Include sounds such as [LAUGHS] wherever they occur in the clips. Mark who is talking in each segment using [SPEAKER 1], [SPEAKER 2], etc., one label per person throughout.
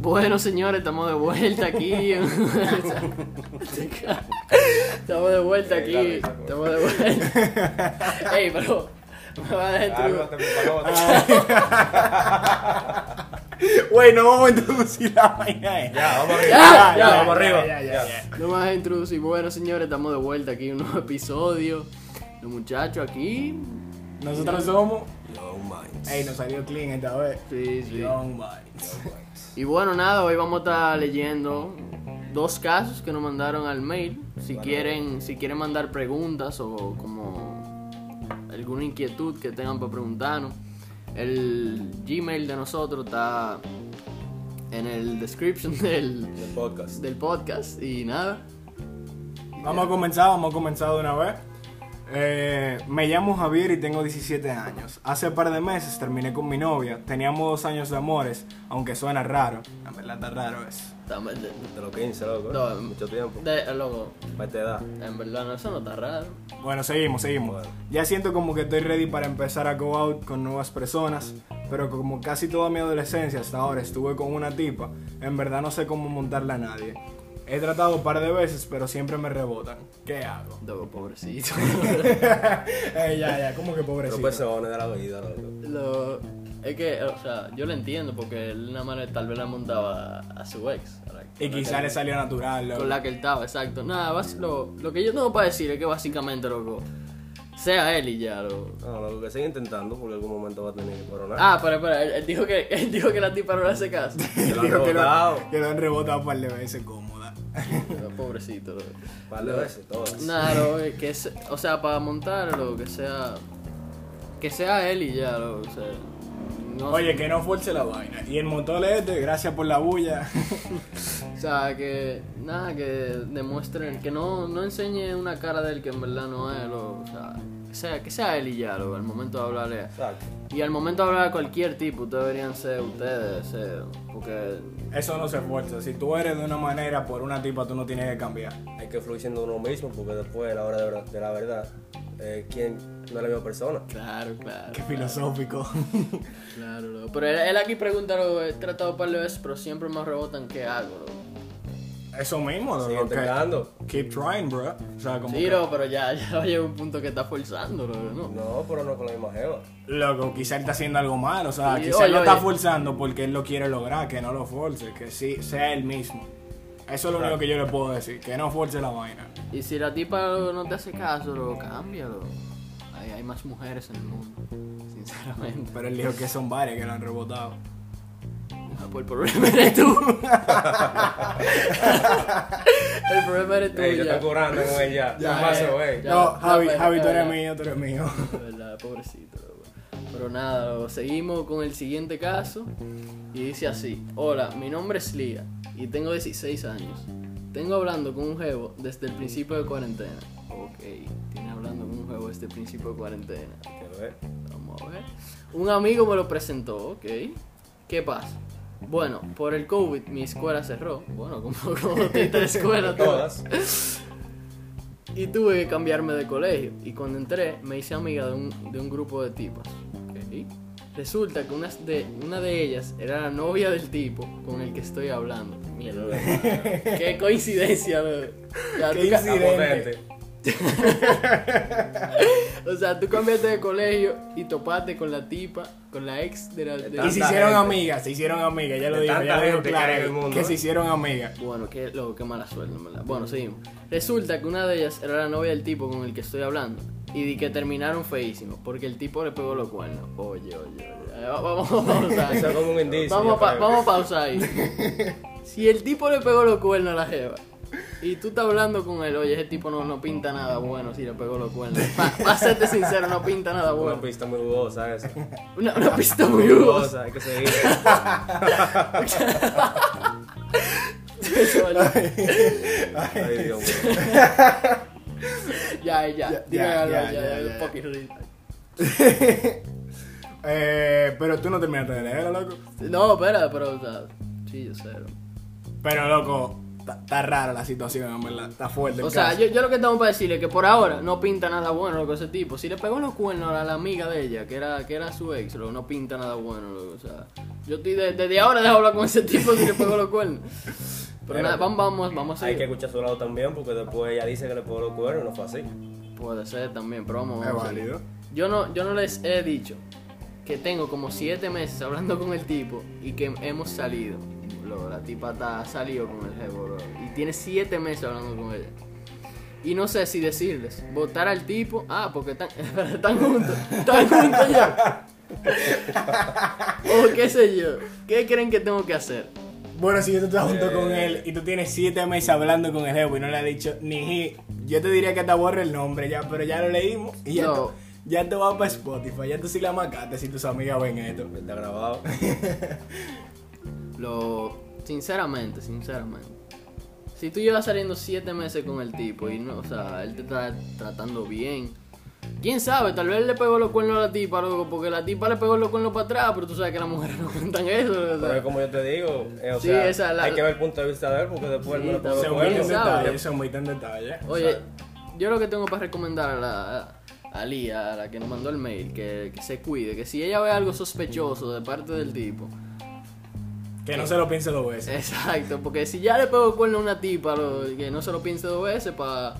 [SPEAKER 1] Bueno, señores, estamos de vuelta aquí. estamos de vuelta aquí. Estamos de vuelta. Ey, pero. Me va a dejar el truco.
[SPEAKER 2] Güey, no vamos a introducir la vaina eh.
[SPEAKER 3] Ya, vamos arriba.
[SPEAKER 1] Ya,
[SPEAKER 3] Ya,
[SPEAKER 1] ya,
[SPEAKER 3] vamos arriba.
[SPEAKER 2] ya, ya,
[SPEAKER 3] Ya.
[SPEAKER 2] ya.
[SPEAKER 1] No me vas a introducir. Bueno, señores, estamos de vuelta aquí. Un nuevo episodio. Los muchachos aquí.
[SPEAKER 2] Nosotros somos.
[SPEAKER 3] Low minds.
[SPEAKER 2] Ey, nos salió clean esta vez.
[SPEAKER 1] Sí, sí.
[SPEAKER 2] Long Minds.
[SPEAKER 1] Y bueno, nada, hoy vamos a estar leyendo dos casos que nos mandaron al mail. Si quieren, si quieren mandar preguntas o como alguna inquietud que tengan para preguntarnos, el Gmail de nosotros está en el description [LAUGHS] del,
[SPEAKER 3] El podcast.
[SPEAKER 1] del podcast y nada.
[SPEAKER 2] Vamos a comenzar, vamos a comenzar de una vez. Eh, me llamo Javier y tengo 17 años. Hace par de meses terminé con mi novia. Teníamos dos años de amores, aunque suena raro. La verdad está raro eso.
[SPEAKER 1] Estamos de-
[SPEAKER 3] De los 15, loco.
[SPEAKER 1] No, Pues
[SPEAKER 3] eh. Mucho tiempo.
[SPEAKER 1] de- loco,
[SPEAKER 3] Para esta edad.
[SPEAKER 1] en verdad no, eso no está raro.
[SPEAKER 2] Bueno, seguimos, seguimos.
[SPEAKER 3] Bueno.
[SPEAKER 2] Ya siento como que estoy ready para empezar a go out con nuevas personas, pero como casi toda mi adolescencia hasta ahora estuve con una tipa, en verdad no sé cómo montarla a nadie. He tratado un par de veces, pero siempre me rebotan. ¿Qué hago? [LAUGHS]
[SPEAKER 1] Loco, [LAUGHS] pobrecito.
[SPEAKER 2] Ey, ya, ya, como que
[SPEAKER 3] Los
[SPEAKER 1] pues,
[SPEAKER 2] pobrecito.
[SPEAKER 3] personas de la vida, loco.
[SPEAKER 1] Lo- es que, o sea, yo lo entiendo porque él nada más le- tal vez la montaba a su ex. a la-
[SPEAKER 2] Y quizá le salió natural, loco.
[SPEAKER 1] con
[SPEAKER 2] [LAUGHS]
[SPEAKER 1] la que él estaba, exacto. Nada, bas- lo, lo que yo tengo para decir es que básicamente, loco, sea él y ya, loco.
[SPEAKER 3] No, loco, que sigue intentando porque algún momento va a tener que coronar.
[SPEAKER 1] Ah, pero espera, él, él dijo que, [LAUGHS] él dijo que la tipa no le hace caso.
[SPEAKER 3] Se lo han
[SPEAKER 2] Digo que,
[SPEAKER 3] rebotado.
[SPEAKER 2] lo, que lo han rebotado un par de veces cómoda.
[SPEAKER 1] Pero Pobrecito, loco.
[SPEAKER 3] Un par de veces, todas.
[SPEAKER 1] Nada, loco, que se- o sea, para montar, loco, que sea, que sea él y ya, loco, o sea, no
[SPEAKER 2] Oye, que no force la vaina. Y el motor este, gracias por la bulla. [LAUGHS]
[SPEAKER 1] O sea, que nada, que demuestren, que no, no enseñe una cara de él que en verdad no es, lo, o sea, que sea, que sea él y ya, lo, al momento de hablarle.
[SPEAKER 3] Exacto.
[SPEAKER 1] Y al momento de hablar a cualquier tipo, ustedes deberían ser ustedes, ser- porque
[SPEAKER 2] Eso no se forza. Si tú eres de una manera por una tipa, tú no tienes que cambiar.
[SPEAKER 3] Hay que fluir siendo uno mismo porque después, a la hora de, ver- de la verdad, eh, ¿quién no es la misma persona?
[SPEAKER 1] Claro, claro.
[SPEAKER 2] Qué filosófico.
[SPEAKER 1] Claro, loco. Pero él, él aquí pregunta, lo he tratado un par de veces, pero siempre me rebotan qué hago, loco.
[SPEAKER 2] [LAUGHS] Eso mismo,
[SPEAKER 3] Sigue
[SPEAKER 2] lo que...
[SPEAKER 3] intentando.
[SPEAKER 2] Keep trying, bro. O sea, como
[SPEAKER 1] Sí,
[SPEAKER 2] que-
[SPEAKER 1] loco, pero ya, [LAUGHS] ya llega un punto que está forzando, loco, ¿no?
[SPEAKER 3] No, pero no con la misma jeva.
[SPEAKER 2] Loco, quizá él está haciendo algo mal, o sea,
[SPEAKER 1] Sí,
[SPEAKER 2] quizá
[SPEAKER 1] oye,
[SPEAKER 2] él lo está
[SPEAKER 1] oye.
[SPEAKER 2] forzando porque él lo quiere lograr, que no lo force, que sí, sea él mismo. Eso es lo único que yo le puedo decir, que no force la vaina.
[SPEAKER 1] Y si la tipa loco, no te hace caso, lo cambia, loco. Hay, hay más mujeres en el mundo, sinceramente.
[SPEAKER 2] Pero él dijo que son varios que lo han rebotado.
[SPEAKER 1] Ah, pues el problema [LAUGHS] eres tú. el problema eres tú.
[SPEAKER 3] Ey, yo
[SPEAKER 1] ya.
[SPEAKER 3] estoy curando con ella.
[SPEAKER 1] Ya,
[SPEAKER 3] Ya, más
[SPEAKER 1] eh.
[SPEAKER 3] güey.
[SPEAKER 1] Ya,
[SPEAKER 2] no,
[SPEAKER 1] ya,
[SPEAKER 2] Javi,
[SPEAKER 1] pero-
[SPEAKER 2] Javi, tú
[SPEAKER 1] ya,
[SPEAKER 2] eres
[SPEAKER 1] ya.
[SPEAKER 2] mío, tú eres mío.
[SPEAKER 1] De verdad, pobrecito. loco. Pero nada, loco, seguimos con el siguiente caso. Y dice así: Hola, mi nombre es Lía y tengo 16 años. Tengo hablando con un jevo desde el principio de cuarentena. Ok, tiene hablando con un jevo desde el principio de cuarentena.
[SPEAKER 3] Hay que ver.
[SPEAKER 1] Vamos a ver. Un amigo me lo presentó, ok. ¿Qué pasa? Bueno, por el COVID mi escuela cerró. Bueno, [LAUGHS] como,
[SPEAKER 2] [LAUGHS]
[SPEAKER 1] como tita de escuela todas.
[SPEAKER 3] Todas.
[SPEAKER 1] Y tuve que cambiarme de colegio. Y cuando entré, me hice amiga de un, de un grupo de tipas. ok. Resulta que una de, una de ellas era la novia del tipo con el que estoy hablando. Mierda,
[SPEAKER 2] [LAUGHS]
[SPEAKER 1] loco. qué coincidencia, loco. Ya,
[SPEAKER 2] Qué
[SPEAKER 1] tú ca-
[SPEAKER 2] incidente.
[SPEAKER 3] Potente.
[SPEAKER 1] o sea, tú cambiaste de colegio y topaste con la tipa, con la ex de la... de-
[SPEAKER 2] [LAUGHS] Y
[SPEAKER 3] Tanta
[SPEAKER 2] se hicieron
[SPEAKER 3] gente.
[SPEAKER 2] amigas, se hicieron amigas, ya lo
[SPEAKER 3] De
[SPEAKER 2] dijo, ya
[SPEAKER 3] tanta
[SPEAKER 2] lo dijo
[SPEAKER 3] gente que hay en el
[SPEAKER 2] claro,
[SPEAKER 3] mundo,
[SPEAKER 2] que se
[SPEAKER 3] ¿eh?
[SPEAKER 2] hicieron amigas. [LAUGHS]
[SPEAKER 1] Bueno, qué loco, qué mala suerte, en ¿verdad? Bueno, seguimos. Resulta que una de ellas era la novia del tipo con el que estoy hablando. Y di que terminaron feísimos, porque el tipo le pegó los cuernos. Oye, oye, oye. Eh, va- Vamos a
[SPEAKER 3] [LAUGHS]
[SPEAKER 1] pausar.
[SPEAKER 3] Eso es como un indicio,
[SPEAKER 1] Vamos, a
[SPEAKER 3] yo
[SPEAKER 1] pa-
[SPEAKER 3] creo.
[SPEAKER 1] vamos a pausar ahí.
[SPEAKER 3] [LAUGHS]
[SPEAKER 1] Si el tipo le pegó los cuernos a la jeva. Y tú estás hablando con él, oye, ese tipo no, no pinta nada bueno si le pegó los cuernos.
[SPEAKER 3] [LAUGHS]
[SPEAKER 1] Para serte sincero, no pinta nada
[SPEAKER 3] Una
[SPEAKER 1] bueno.
[SPEAKER 3] pista muy
[SPEAKER 1] [LAUGHS]
[SPEAKER 3] dudosa esa.
[SPEAKER 1] Una,
[SPEAKER 3] [LAUGHS]
[SPEAKER 1] una pista muy
[SPEAKER 3] Muy
[SPEAKER 1] jugosa.
[SPEAKER 3] dudosa, hay que seguir.
[SPEAKER 1] [LAUGHS]
[SPEAKER 3] Ay, Dios
[SPEAKER 1] [LAUGHS]
[SPEAKER 3] mío.
[SPEAKER 1] ya, ya,
[SPEAKER 2] Ya,
[SPEAKER 1] dígalo,
[SPEAKER 2] ya,
[SPEAKER 1] ya,
[SPEAKER 2] ya,
[SPEAKER 1] ya,
[SPEAKER 2] ya,
[SPEAKER 1] el
[SPEAKER 2] ya.
[SPEAKER 1] fucking risa.
[SPEAKER 2] Eh, pero tú no terminaste de leer, loco.
[SPEAKER 1] No, espera, pero, o sea, sí, yo sé.
[SPEAKER 2] Pero loco, está- está rara la situación, en verdad, está fuerte. el
[SPEAKER 1] O sea,
[SPEAKER 2] caso.
[SPEAKER 1] yo, yo lo que tengo para decirle es que por ahora no pinta nada bueno lo que ese tipo. Si le pegó los cuernos a la amiga de ella, que era, que era su ex, loco, no pinta nada bueno, loco, o sea. Yo estoy de- desde ahora dejo hablar con ese tipo si le pego los cuernos. Pero
[SPEAKER 3] Pero-
[SPEAKER 1] nada, vamos, vamos, vamos a
[SPEAKER 3] Hay que
[SPEAKER 1] seguir.
[SPEAKER 3] escuchar su lado también, porque después ella dice que le pegó los cuernos y no fue así.
[SPEAKER 1] Puede ser también, pero vamos,
[SPEAKER 2] Es
[SPEAKER 1] vamos a seguir.
[SPEAKER 2] válido.
[SPEAKER 1] Yo no, yo no les he dicho que tengo como siete meses hablando con el tipo y que hemos salido. Bro, la tipa está ha salido con el jefe, bro. Y tiene siete meses hablando con ella. Y no sé si decirles, votar al tipo. Ah, porque están, [LAUGHS] están juntos.
[SPEAKER 2] [LAUGHS]
[SPEAKER 1] Están juntos ya. o qué sé yo. ¿Qué creen que tengo que hacer?
[SPEAKER 2] Bueno, si yo te estás junto con él y tú tienes siete meses hablando con el jefe y no le has dicho ni ji, yo te diría que te borre el nombre ya, pero ya lo leímos y ya,
[SPEAKER 1] No.
[SPEAKER 2] tú- ya te va para Spotify, ya tú sí la macaste si tus amigas ven esto.
[SPEAKER 3] Está grabado.
[SPEAKER 1] Lo. Sinceramente, sinceramente. Si tú llevas saliendo siete meses con el tipo y no, o sea, él te está tratando bien. Quién sabe, tal vez le pegó los cuernos a la tipa, loco, porque la tipa le pegó los cuernos para atrás, pero tú sabes que las mujeres [LAUGHS] no cuentan eso, o sea.
[SPEAKER 3] Pero es como yo te digo, eh, o
[SPEAKER 1] Sí,
[SPEAKER 3] sea,
[SPEAKER 1] esa la-
[SPEAKER 3] hay que ver el punto de vista de él, porque después
[SPEAKER 1] Sí,
[SPEAKER 3] no le pegó los
[SPEAKER 2] Se omiten
[SPEAKER 1] bueno,
[SPEAKER 3] cuernos.
[SPEAKER 1] sabe.
[SPEAKER 2] detalles, se omiten detalles.
[SPEAKER 1] Oye, yo lo que tengo para recomendar a la a Lía, a la que nos mandó el mail, que, que se cuide, que si ella ve algo sospechoso de parte del tipo,
[SPEAKER 2] Que no se lo piense dos veces.
[SPEAKER 1] Exacto, porque si ya le pego el cuerno a una tipa, lo- que no se lo piense dos veces para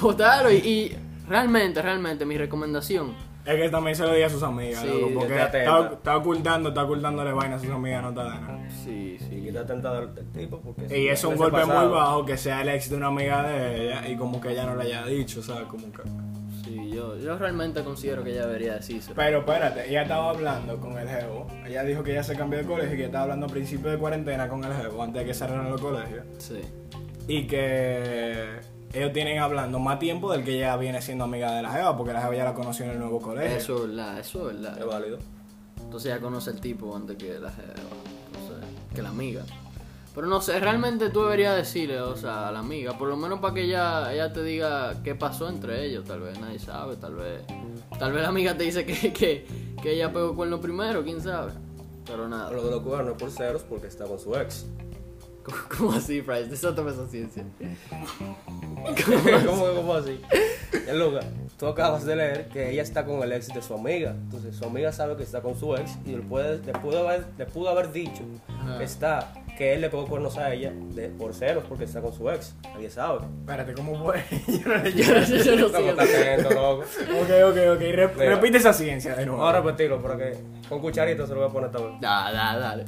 [SPEAKER 1] votarlo. Y, y realmente, realmente, mi recomendación.
[SPEAKER 2] Es que también se lo diga a sus amigas,
[SPEAKER 1] Sí,
[SPEAKER 2] loco, porque
[SPEAKER 3] estate
[SPEAKER 2] está,
[SPEAKER 3] atenta.
[SPEAKER 2] está ocultando, está ocultándole vainas a sus amigas, no está de nada.
[SPEAKER 1] Sí,
[SPEAKER 3] Y
[SPEAKER 1] sí.
[SPEAKER 3] quita tentado del tipo, porque.
[SPEAKER 2] Y es un
[SPEAKER 3] veces
[SPEAKER 2] golpe
[SPEAKER 3] pasado.
[SPEAKER 2] muy bajo que sea el ex de una amiga de ella y como que ella no le haya dicho, ¿sabes? Como que...
[SPEAKER 1] Sí, yo, yo realmente considero que ella debería decirse.
[SPEAKER 2] Pero espérate, ella estaba hablando con el jevo. Ella dijo que ella se cambió de colegio y que estaba hablando a principio de cuarentena con el jevo antes de que cerraran los colegios.
[SPEAKER 1] Sí.
[SPEAKER 2] Y que ellos tienen hablando más tiempo del que ella viene siendo amiga de la jeva porque la jeva ya la conoció en el nuevo colegio.
[SPEAKER 1] Eso es verdad, eso es
[SPEAKER 3] Es
[SPEAKER 1] verdad.
[SPEAKER 3] válido.
[SPEAKER 1] Entonces ella conoce al tipo antes que la jeva, no sé, que la amiga. Pero no sé, realmente tú deberías decirle, o sea, a la amiga, por lo menos para que ella, ella te diga qué pasó entre ellos, tal vez nadie sabe, tal vez. Tal vez la amiga te dice que, [LAUGHS] que, que ella pegó cuerno primero, quién sabe. Pero nada.
[SPEAKER 3] Lo de los cuernos por ceros porque está con su ex.
[SPEAKER 1] ¿Cómo, [LAUGHS] cómo así, Bryce? Desátame esa ciencia. [LAUGHS]
[SPEAKER 3] ¿Cómo que cómo así? Ya, Luca, tú acabas de leer que ella está con el ex de su amiga. Entonces, su amiga sabe que está con su ex y le, puede- le pudo, haber, le pudo haber dicho que está, que él le pegó cuernos a ella de, por ceros porque está con su ex.
[SPEAKER 1] [LAUGHS]
[SPEAKER 3] Nadie sabe.
[SPEAKER 2] Espérate, ¿cómo fue? [LAUGHS] Yo no le
[SPEAKER 1] Yo no sé, yo no sé.
[SPEAKER 3] Loco, está atento, loco.
[SPEAKER 2] Ok, ok, ok. Rep-
[SPEAKER 3] Mira.
[SPEAKER 2] repite esa ciencia de nuevo.
[SPEAKER 3] Vamos a repetirlo para que con cucharita se lo voy a poner también.
[SPEAKER 1] Da, da, dale.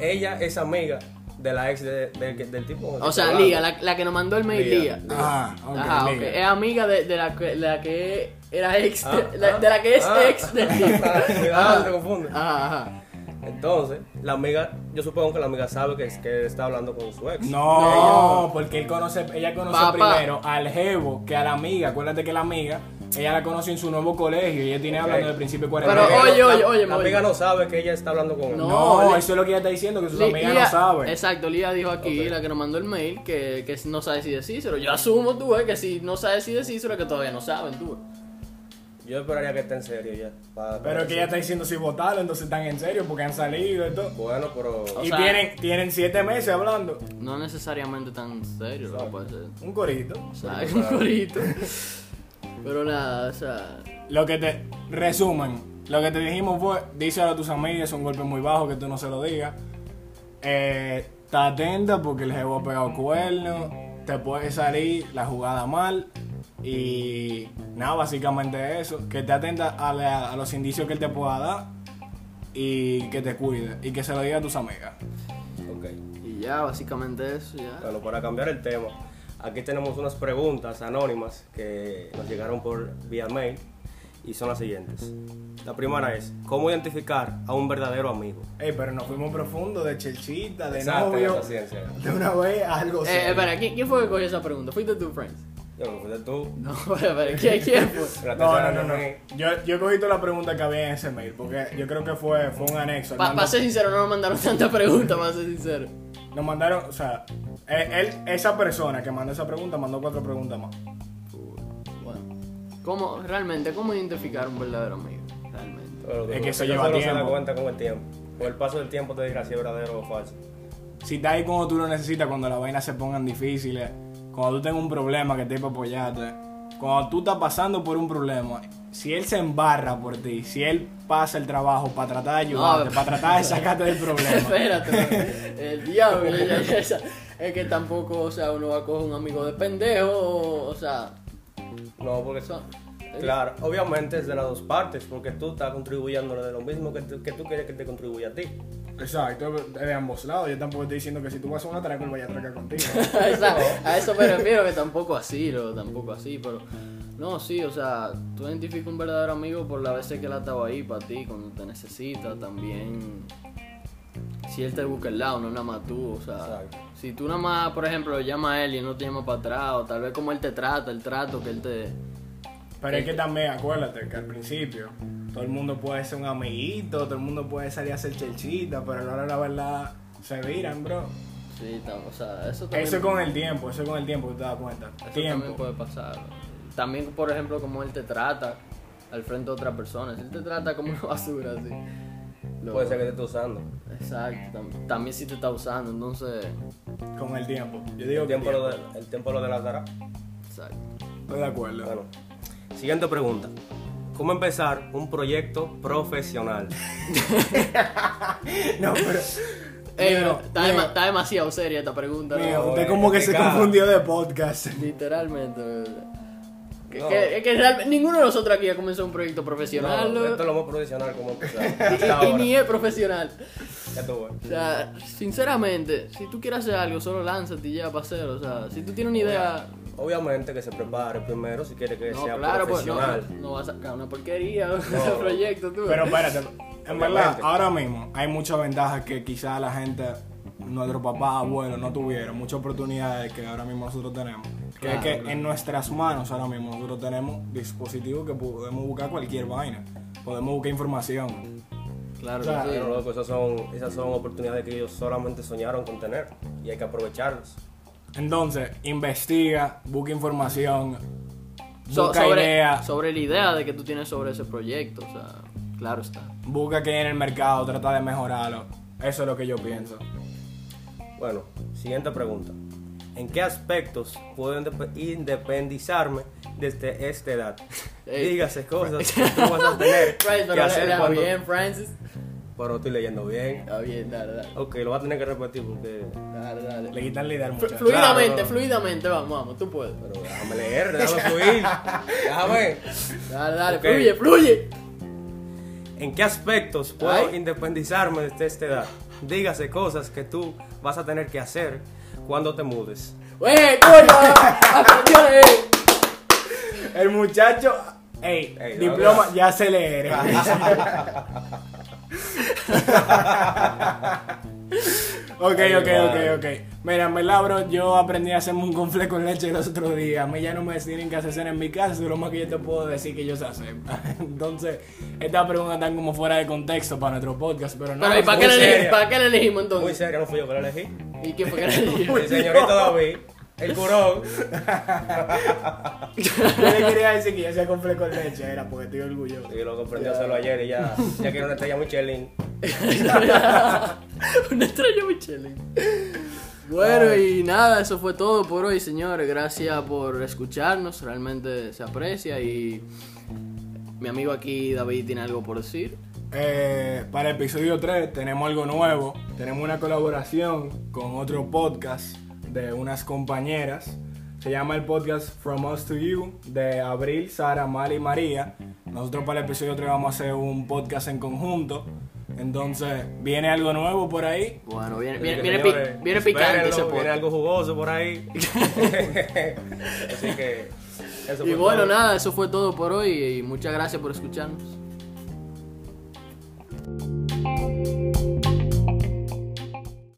[SPEAKER 3] Ella es amiga de la ex de- del que- del tipo.
[SPEAKER 1] O sea, Liga, la, la que nos mandó el mail,
[SPEAKER 3] Liga.
[SPEAKER 1] Liga.
[SPEAKER 2] Ajá, Ah, ok.
[SPEAKER 1] Ajá, ok.
[SPEAKER 2] liga.
[SPEAKER 1] Es amiga de, de la, que- la que era ex, de,
[SPEAKER 3] Ah,
[SPEAKER 1] la,
[SPEAKER 3] ah,
[SPEAKER 1] de la que es
[SPEAKER 3] ah.
[SPEAKER 1] ex
[SPEAKER 3] [LAUGHS]
[SPEAKER 1] del tipo.
[SPEAKER 3] Cuidado, te confunde.
[SPEAKER 1] Ajá, ajá.
[SPEAKER 3] Entonces, la amiga, yo supongo que la amiga sabe que, es- que está hablando con su ex.
[SPEAKER 2] No, porque él conoce, ella conoce
[SPEAKER 1] Papá.
[SPEAKER 2] primero al jevo que a la amiga. Acuérdate que la amiga, ella la conoció en su nuevo colegio y ella tiene
[SPEAKER 3] Ok.
[SPEAKER 2] hablando de principio de
[SPEAKER 1] Pero,
[SPEAKER 2] cuarentena.
[SPEAKER 3] La amiga
[SPEAKER 1] oye,
[SPEAKER 3] no-
[SPEAKER 1] oye,
[SPEAKER 3] la-
[SPEAKER 1] oye,
[SPEAKER 3] La
[SPEAKER 1] oye.
[SPEAKER 3] amiga no sabe que ella está hablando con él.
[SPEAKER 1] No.
[SPEAKER 2] no,
[SPEAKER 1] le-
[SPEAKER 2] eso es lo que ella está diciendo, que sus
[SPEAKER 1] Li-
[SPEAKER 2] amigas
[SPEAKER 1] Lía-
[SPEAKER 2] no saben.
[SPEAKER 1] Exacto, Lía dijo aquí, la que nos mandó el mail, que, que no sabe si decírselo. Yo asumo, tú, eh, que si no sabe si decírselo, que todavía no saben, tú. eh.
[SPEAKER 3] Yo esperaría que esté en serio ya. pa-
[SPEAKER 2] Pero
[SPEAKER 3] para-
[SPEAKER 2] que ella está diciendo si votaron, entonces están en serio porque han salido y todo.
[SPEAKER 3] Bueno, pero.
[SPEAKER 1] O
[SPEAKER 2] y
[SPEAKER 1] sea-
[SPEAKER 2] tienen, tienen siete meses hablando.
[SPEAKER 1] No necesariamente tan serio, lo que puede ser.
[SPEAKER 2] Un corito.
[SPEAKER 1] O sea, es un [LAUGHS] corito. Pero nada, o sea.
[SPEAKER 2] Lo que te resumen, lo que te dijimos fue, díselo a tus amigas, es un golpe muy bajo que tú no se lo digas. Eh, Está atenta porque el jevo ha pegado cuerno, te puede salir la jugada mal y nada, básicamente eso, que te atenta a, la- a los indicios que él te pueda dar y que te cuide y que se lo diga a tus amigas.
[SPEAKER 3] Ok.
[SPEAKER 1] Y ya, básicamente eso, ya.
[SPEAKER 3] Bueno, para cambiar el tema, aquí tenemos unas preguntas anónimas que nos llegaron por vía mail y son las siguientes. La primera es: ¿Cómo identificar a un verdadero amigo?
[SPEAKER 2] Ey, pero nos fuimos profundo de chelchita, de
[SPEAKER 3] Exacto,
[SPEAKER 2] novio,
[SPEAKER 3] esa ciencia.
[SPEAKER 2] de una vez a algo
[SPEAKER 1] Eh,
[SPEAKER 2] serio.
[SPEAKER 1] espera, ¿quién, quién fue que cogió esa pregunta? ¿Fuiste tú, Friends?
[SPEAKER 3] Yo creo que fuiste tú.
[SPEAKER 1] No, [LAUGHS] espera, ¿quién, quién fue?
[SPEAKER 3] pero la
[SPEAKER 2] No,
[SPEAKER 3] tercera
[SPEAKER 2] no, no, no.
[SPEAKER 3] es-
[SPEAKER 2] Yo, yo cogí toda la pregunta que había en ese mail, porque yo creo que fue, fue un anexo.
[SPEAKER 1] Para
[SPEAKER 2] Nos
[SPEAKER 1] ser sincero, no nos mandaron tantas preguntas, para ser sincero.
[SPEAKER 2] mand- Nos mandaron, o sea, él- él- esa persona que mandó esa pregunta mandó cuatro preguntas más.
[SPEAKER 1] Bueno, ¿cómo, realmente, cómo identificar un verdadero amigo?
[SPEAKER 3] [LAUGHS]
[SPEAKER 1] Realmente.
[SPEAKER 3] Pero
[SPEAKER 2] Es
[SPEAKER 3] tú-
[SPEAKER 2] que eso
[SPEAKER 3] tú
[SPEAKER 2] lleva
[SPEAKER 3] solo se
[SPEAKER 2] tiempo.
[SPEAKER 3] da cuenta con el tiempo. Con el paso del tiempo te dirá si es verdadero o falso.
[SPEAKER 2] Si está ahí cuando tú lo necesitas, cuando las vainas se pongan difíciles, cuando tú tengas un problema que te apoyarte, cuando tú estás pasando por un problema si él se embarra por ti, si él pasa el trabajo para tratar de ayudarte,
[SPEAKER 1] No,
[SPEAKER 2] para tratar de sacarte del
[SPEAKER 1] [LAUGHS]
[SPEAKER 2] problema.
[SPEAKER 1] Espérate, pero, [LAUGHS] el diablo. ya- ya- ya- es que tampoco, o sea, uno va a coger un amigo de pendejo, o, o sea,
[SPEAKER 3] No, porque
[SPEAKER 1] son-
[SPEAKER 3] Claro, obviamente es de las dos partes, porque tú estás contribuyendo de lo mismo que, tú- que tú quieres que te contribuya a ti.
[SPEAKER 2] Exacto, de ambos lados. Yo tampoco estoy diciendo que si tú vas a una traca, él vaya a atracar contigo.
[SPEAKER 1] O sea, [LAUGHS] a eso me refiero que tampoco así, lo, tampoco así, pero no, sí, o sea, tú identificas un verdadero amigo por las veces que él ha estado ahí para ti cuando te necesita, también si él te busca el lado, no nada más tú, o sea,
[SPEAKER 3] Exacto.
[SPEAKER 1] si tú nada más, por ejemplo, lo llamas a él y no te llama para atrás, o tal vez como él te trata, el trato que él te...
[SPEAKER 2] Pero es que también acuérdate que al principio todo el mundo puede ser un amiguito, todo el mundo puede salir a hacer chelchita, pero a la hora de la verdad se viran, bro.
[SPEAKER 1] Sí, tam- o sea, eso también...
[SPEAKER 2] Eso con el tiempo, eso con el tiempo, tú te das cuenta.
[SPEAKER 1] Eso también
[SPEAKER 2] Tiempo.
[SPEAKER 1] puede pasar. También, por ejemplo, como él te trata al frente de otra persona. Si él te trata como una basura, así. lo-
[SPEAKER 3] Puede ser que te esté usando.
[SPEAKER 1] Exacto. tam- también si te está usando, entonces...
[SPEAKER 2] Con el tiempo. Yo digo
[SPEAKER 3] El
[SPEAKER 2] que
[SPEAKER 3] tiempo,
[SPEAKER 2] tiempo.
[SPEAKER 3] lo de- el tiempo lo delatará.
[SPEAKER 1] Exacto.
[SPEAKER 2] Estoy de acuerdo.
[SPEAKER 3] Bueno, siguiente pregunta. ¿Cómo empezar un proyecto profesional?
[SPEAKER 2] [LAUGHS] No, pero.
[SPEAKER 1] Ey,
[SPEAKER 2] Mira,
[SPEAKER 1] pero Eh, está, dema-
[SPEAKER 2] mira,
[SPEAKER 1] está demasiado seria esta pregunta. ¿no? eh,
[SPEAKER 2] mira, usted
[SPEAKER 3] Oye,
[SPEAKER 2] como que
[SPEAKER 3] qué
[SPEAKER 2] se
[SPEAKER 3] cara.
[SPEAKER 2] confundió de podcast.
[SPEAKER 1] Literalmente. ¿verdad? Que-
[SPEAKER 3] No.
[SPEAKER 1] que- es que realme- ninguno de nosotros aquí ha comenzado un proyecto
[SPEAKER 3] No,
[SPEAKER 1] profesional. ¿no?
[SPEAKER 3] esto es lo más profesional
[SPEAKER 1] [LAUGHS]
[SPEAKER 3] como empezar.
[SPEAKER 1] Y-
[SPEAKER 3] Hasta
[SPEAKER 1] y,
[SPEAKER 3] ahora. Mm.
[SPEAKER 1] ni es profesional.
[SPEAKER 3] Ya tú ves.
[SPEAKER 1] O sea, sinceramente, si tú quieres hacer algo, solo lánzate y ya para hacerlo. O sea, si tú tienes una idea,
[SPEAKER 3] Obviamente que se prepare primero si quiere que
[SPEAKER 1] No,
[SPEAKER 3] sea
[SPEAKER 1] claro, pues no,
[SPEAKER 3] profesional.
[SPEAKER 1] no vas a sacar una [LAUGHS] porquería un
[SPEAKER 3] No.
[SPEAKER 1] proyecto tú.
[SPEAKER 2] Pero espérate, en verdad,
[SPEAKER 3] Obviamente.
[SPEAKER 2] ahora mismo hay muchas ventajas que quizás la gente, nuestros papás, abuelos, no tuvieron, muchas oportunidades que ahora mismo nosotros tenemos. Que
[SPEAKER 1] Claro,
[SPEAKER 2] es que
[SPEAKER 1] claro.
[SPEAKER 2] en nuestras manos ahora mismo nosotros tenemos dispositivos que podemos buscar cualquier vaina, podemos buscar información.
[SPEAKER 1] claro,
[SPEAKER 2] o sea,
[SPEAKER 1] que sí.
[SPEAKER 3] Pero loco, esas son, esas son oportunidades que ellos solamente soñaron con tener y hay que aprovecharlas.
[SPEAKER 2] Entonces, investiga, busca información,
[SPEAKER 1] So-
[SPEAKER 2] busca
[SPEAKER 1] sobre,
[SPEAKER 2] ideas,
[SPEAKER 1] sobre la idea de que tú tienes sobre ese proyecto, o sea, claro está.
[SPEAKER 2] busca qué hay en el mercado, trata de mejorarlo. Eso es lo que yo pienso.
[SPEAKER 3] Bueno, siguiente pregunta. ¿En qué aspectos puedo indep- independizarme desde
[SPEAKER 1] [LAUGHS]
[SPEAKER 3] esta edad?
[SPEAKER 1] Ey.
[SPEAKER 3] Dígase cosas que tú vas
[SPEAKER 1] [LAUGHS]
[SPEAKER 3] a tener que hacer
[SPEAKER 1] está
[SPEAKER 3] cuando...
[SPEAKER 1] bien, Francis.
[SPEAKER 3] Pero estoy leyendo bien.
[SPEAKER 1] Está bien, dale, dale.
[SPEAKER 3] Ok, lo voy a tener que repetir porque...
[SPEAKER 1] dale, dale.
[SPEAKER 2] Le quitan la idea al
[SPEAKER 1] Flu-
[SPEAKER 2] muchacho.
[SPEAKER 1] fluidamente,
[SPEAKER 3] Claro.
[SPEAKER 1] fluidamente, vamos, vamos, tú puedes.
[SPEAKER 3] Pero déjame leer, déjame
[SPEAKER 1] [LAUGHS]
[SPEAKER 3] fluir. déjame.
[SPEAKER 1] Dale, dale,
[SPEAKER 3] Ok.
[SPEAKER 1] fluye, fluye.
[SPEAKER 3] ¿En qué aspectos puedo
[SPEAKER 1] Ay.
[SPEAKER 3] independizarme desde esta edad? Dígase cosas que tú vas a tener que hacer cuando te mudes.
[SPEAKER 1] ¡Wey, coño! ¡Aprendió de él!
[SPEAKER 2] El muchacho, ey,
[SPEAKER 3] Ey, no,
[SPEAKER 2] diploma, ya
[SPEAKER 3] [LAUGHS]
[SPEAKER 2] se leer. ok,
[SPEAKER 3] Ay,
[SPEAKER 2] ok, ok,
[SPEAKER 3] vale.
[SPEAKER 2] ok. Mira, en verdad, bro, yo aprendí a hacerme un confle con leche los otros días. A mí ya no me tienen que hacer en mi casa, eso es lo más que yo te puedo decir que yo sé hacer. [LAUGHS] Entonces, estas preguntas están como fuera de contexto para nuestro podcast, pero no.
[SPEAKER 1] Pero, ¿y para qué,
[SPEAKER 3] muy
[SPEAKER 1] le elegimos,
[SPEAKER 3] seria.
[SPEAKER 1] para qué le elegimos
[SPEAKER 3] Muy
[SPEAKER 1] entonces?
[SPEAKER 3] serio, no fui yo que lo elegí.
[SPEAKER 1] ¿Y quién
[SPEAKER 3] [LAUGHS]
[SPEAKER 1] fue que le elegimos? [LAUGHS]
[SPEAKER 3] El señorito David, el curón.
[SPEAKER 2] Yo le quería decir que yo hacía confle con leche, era porque estoy orgulloso.
[SPEAKER 3] Y lo comprendió solo ayer y ya, ya quiero una estrella Michelin.
[SPEAKER 1] Una estrella Michelin. Bueno, y nada, eso fue todo por hoy, señores. Gracias por escucharnos, realmente se aprecia. Y mi amigo aquí, David, tiene algo por decir.
[SPEAKER 2] Eh, para el episodio 3 tenemos algo nuevo. Tenemos una colaboración con otro podcast de unas compañeras. Se llama el podcast From Us to You de Abril, Sara, Mali y María. Nosotros para el episodio 3 vamos a hacer un podcast en conjunto. Entonces, viene algo nuevo por ahí.
[SPEAKER 1] Bueno, viene, viene,
[SPEAKER 3] Así Eh, que,
[SPEAKER 1] viene pi-
[SPEAKER 3] señores,
[SPEAKER 1] viene picante
[SPEAKER 3] espérenlo,
[SPEAKER 1] ese
[SPEAKER 3] Viene
[SPEAKER 1] podcast.
[SPEAKER 3] algo jugoso
[SPEAKER 1] [LAUGHS]
[SPEAKER 3] por ahí. Así que, eso
[SPEAKER 1] Y
[SPEAKER 3] fue
[SPEAKER 1] bueno,
[SPEAKER 3] todo.
[SPEAKER 1] nada, eso fue todo por hoy. Y muchas gracias por escucharnos.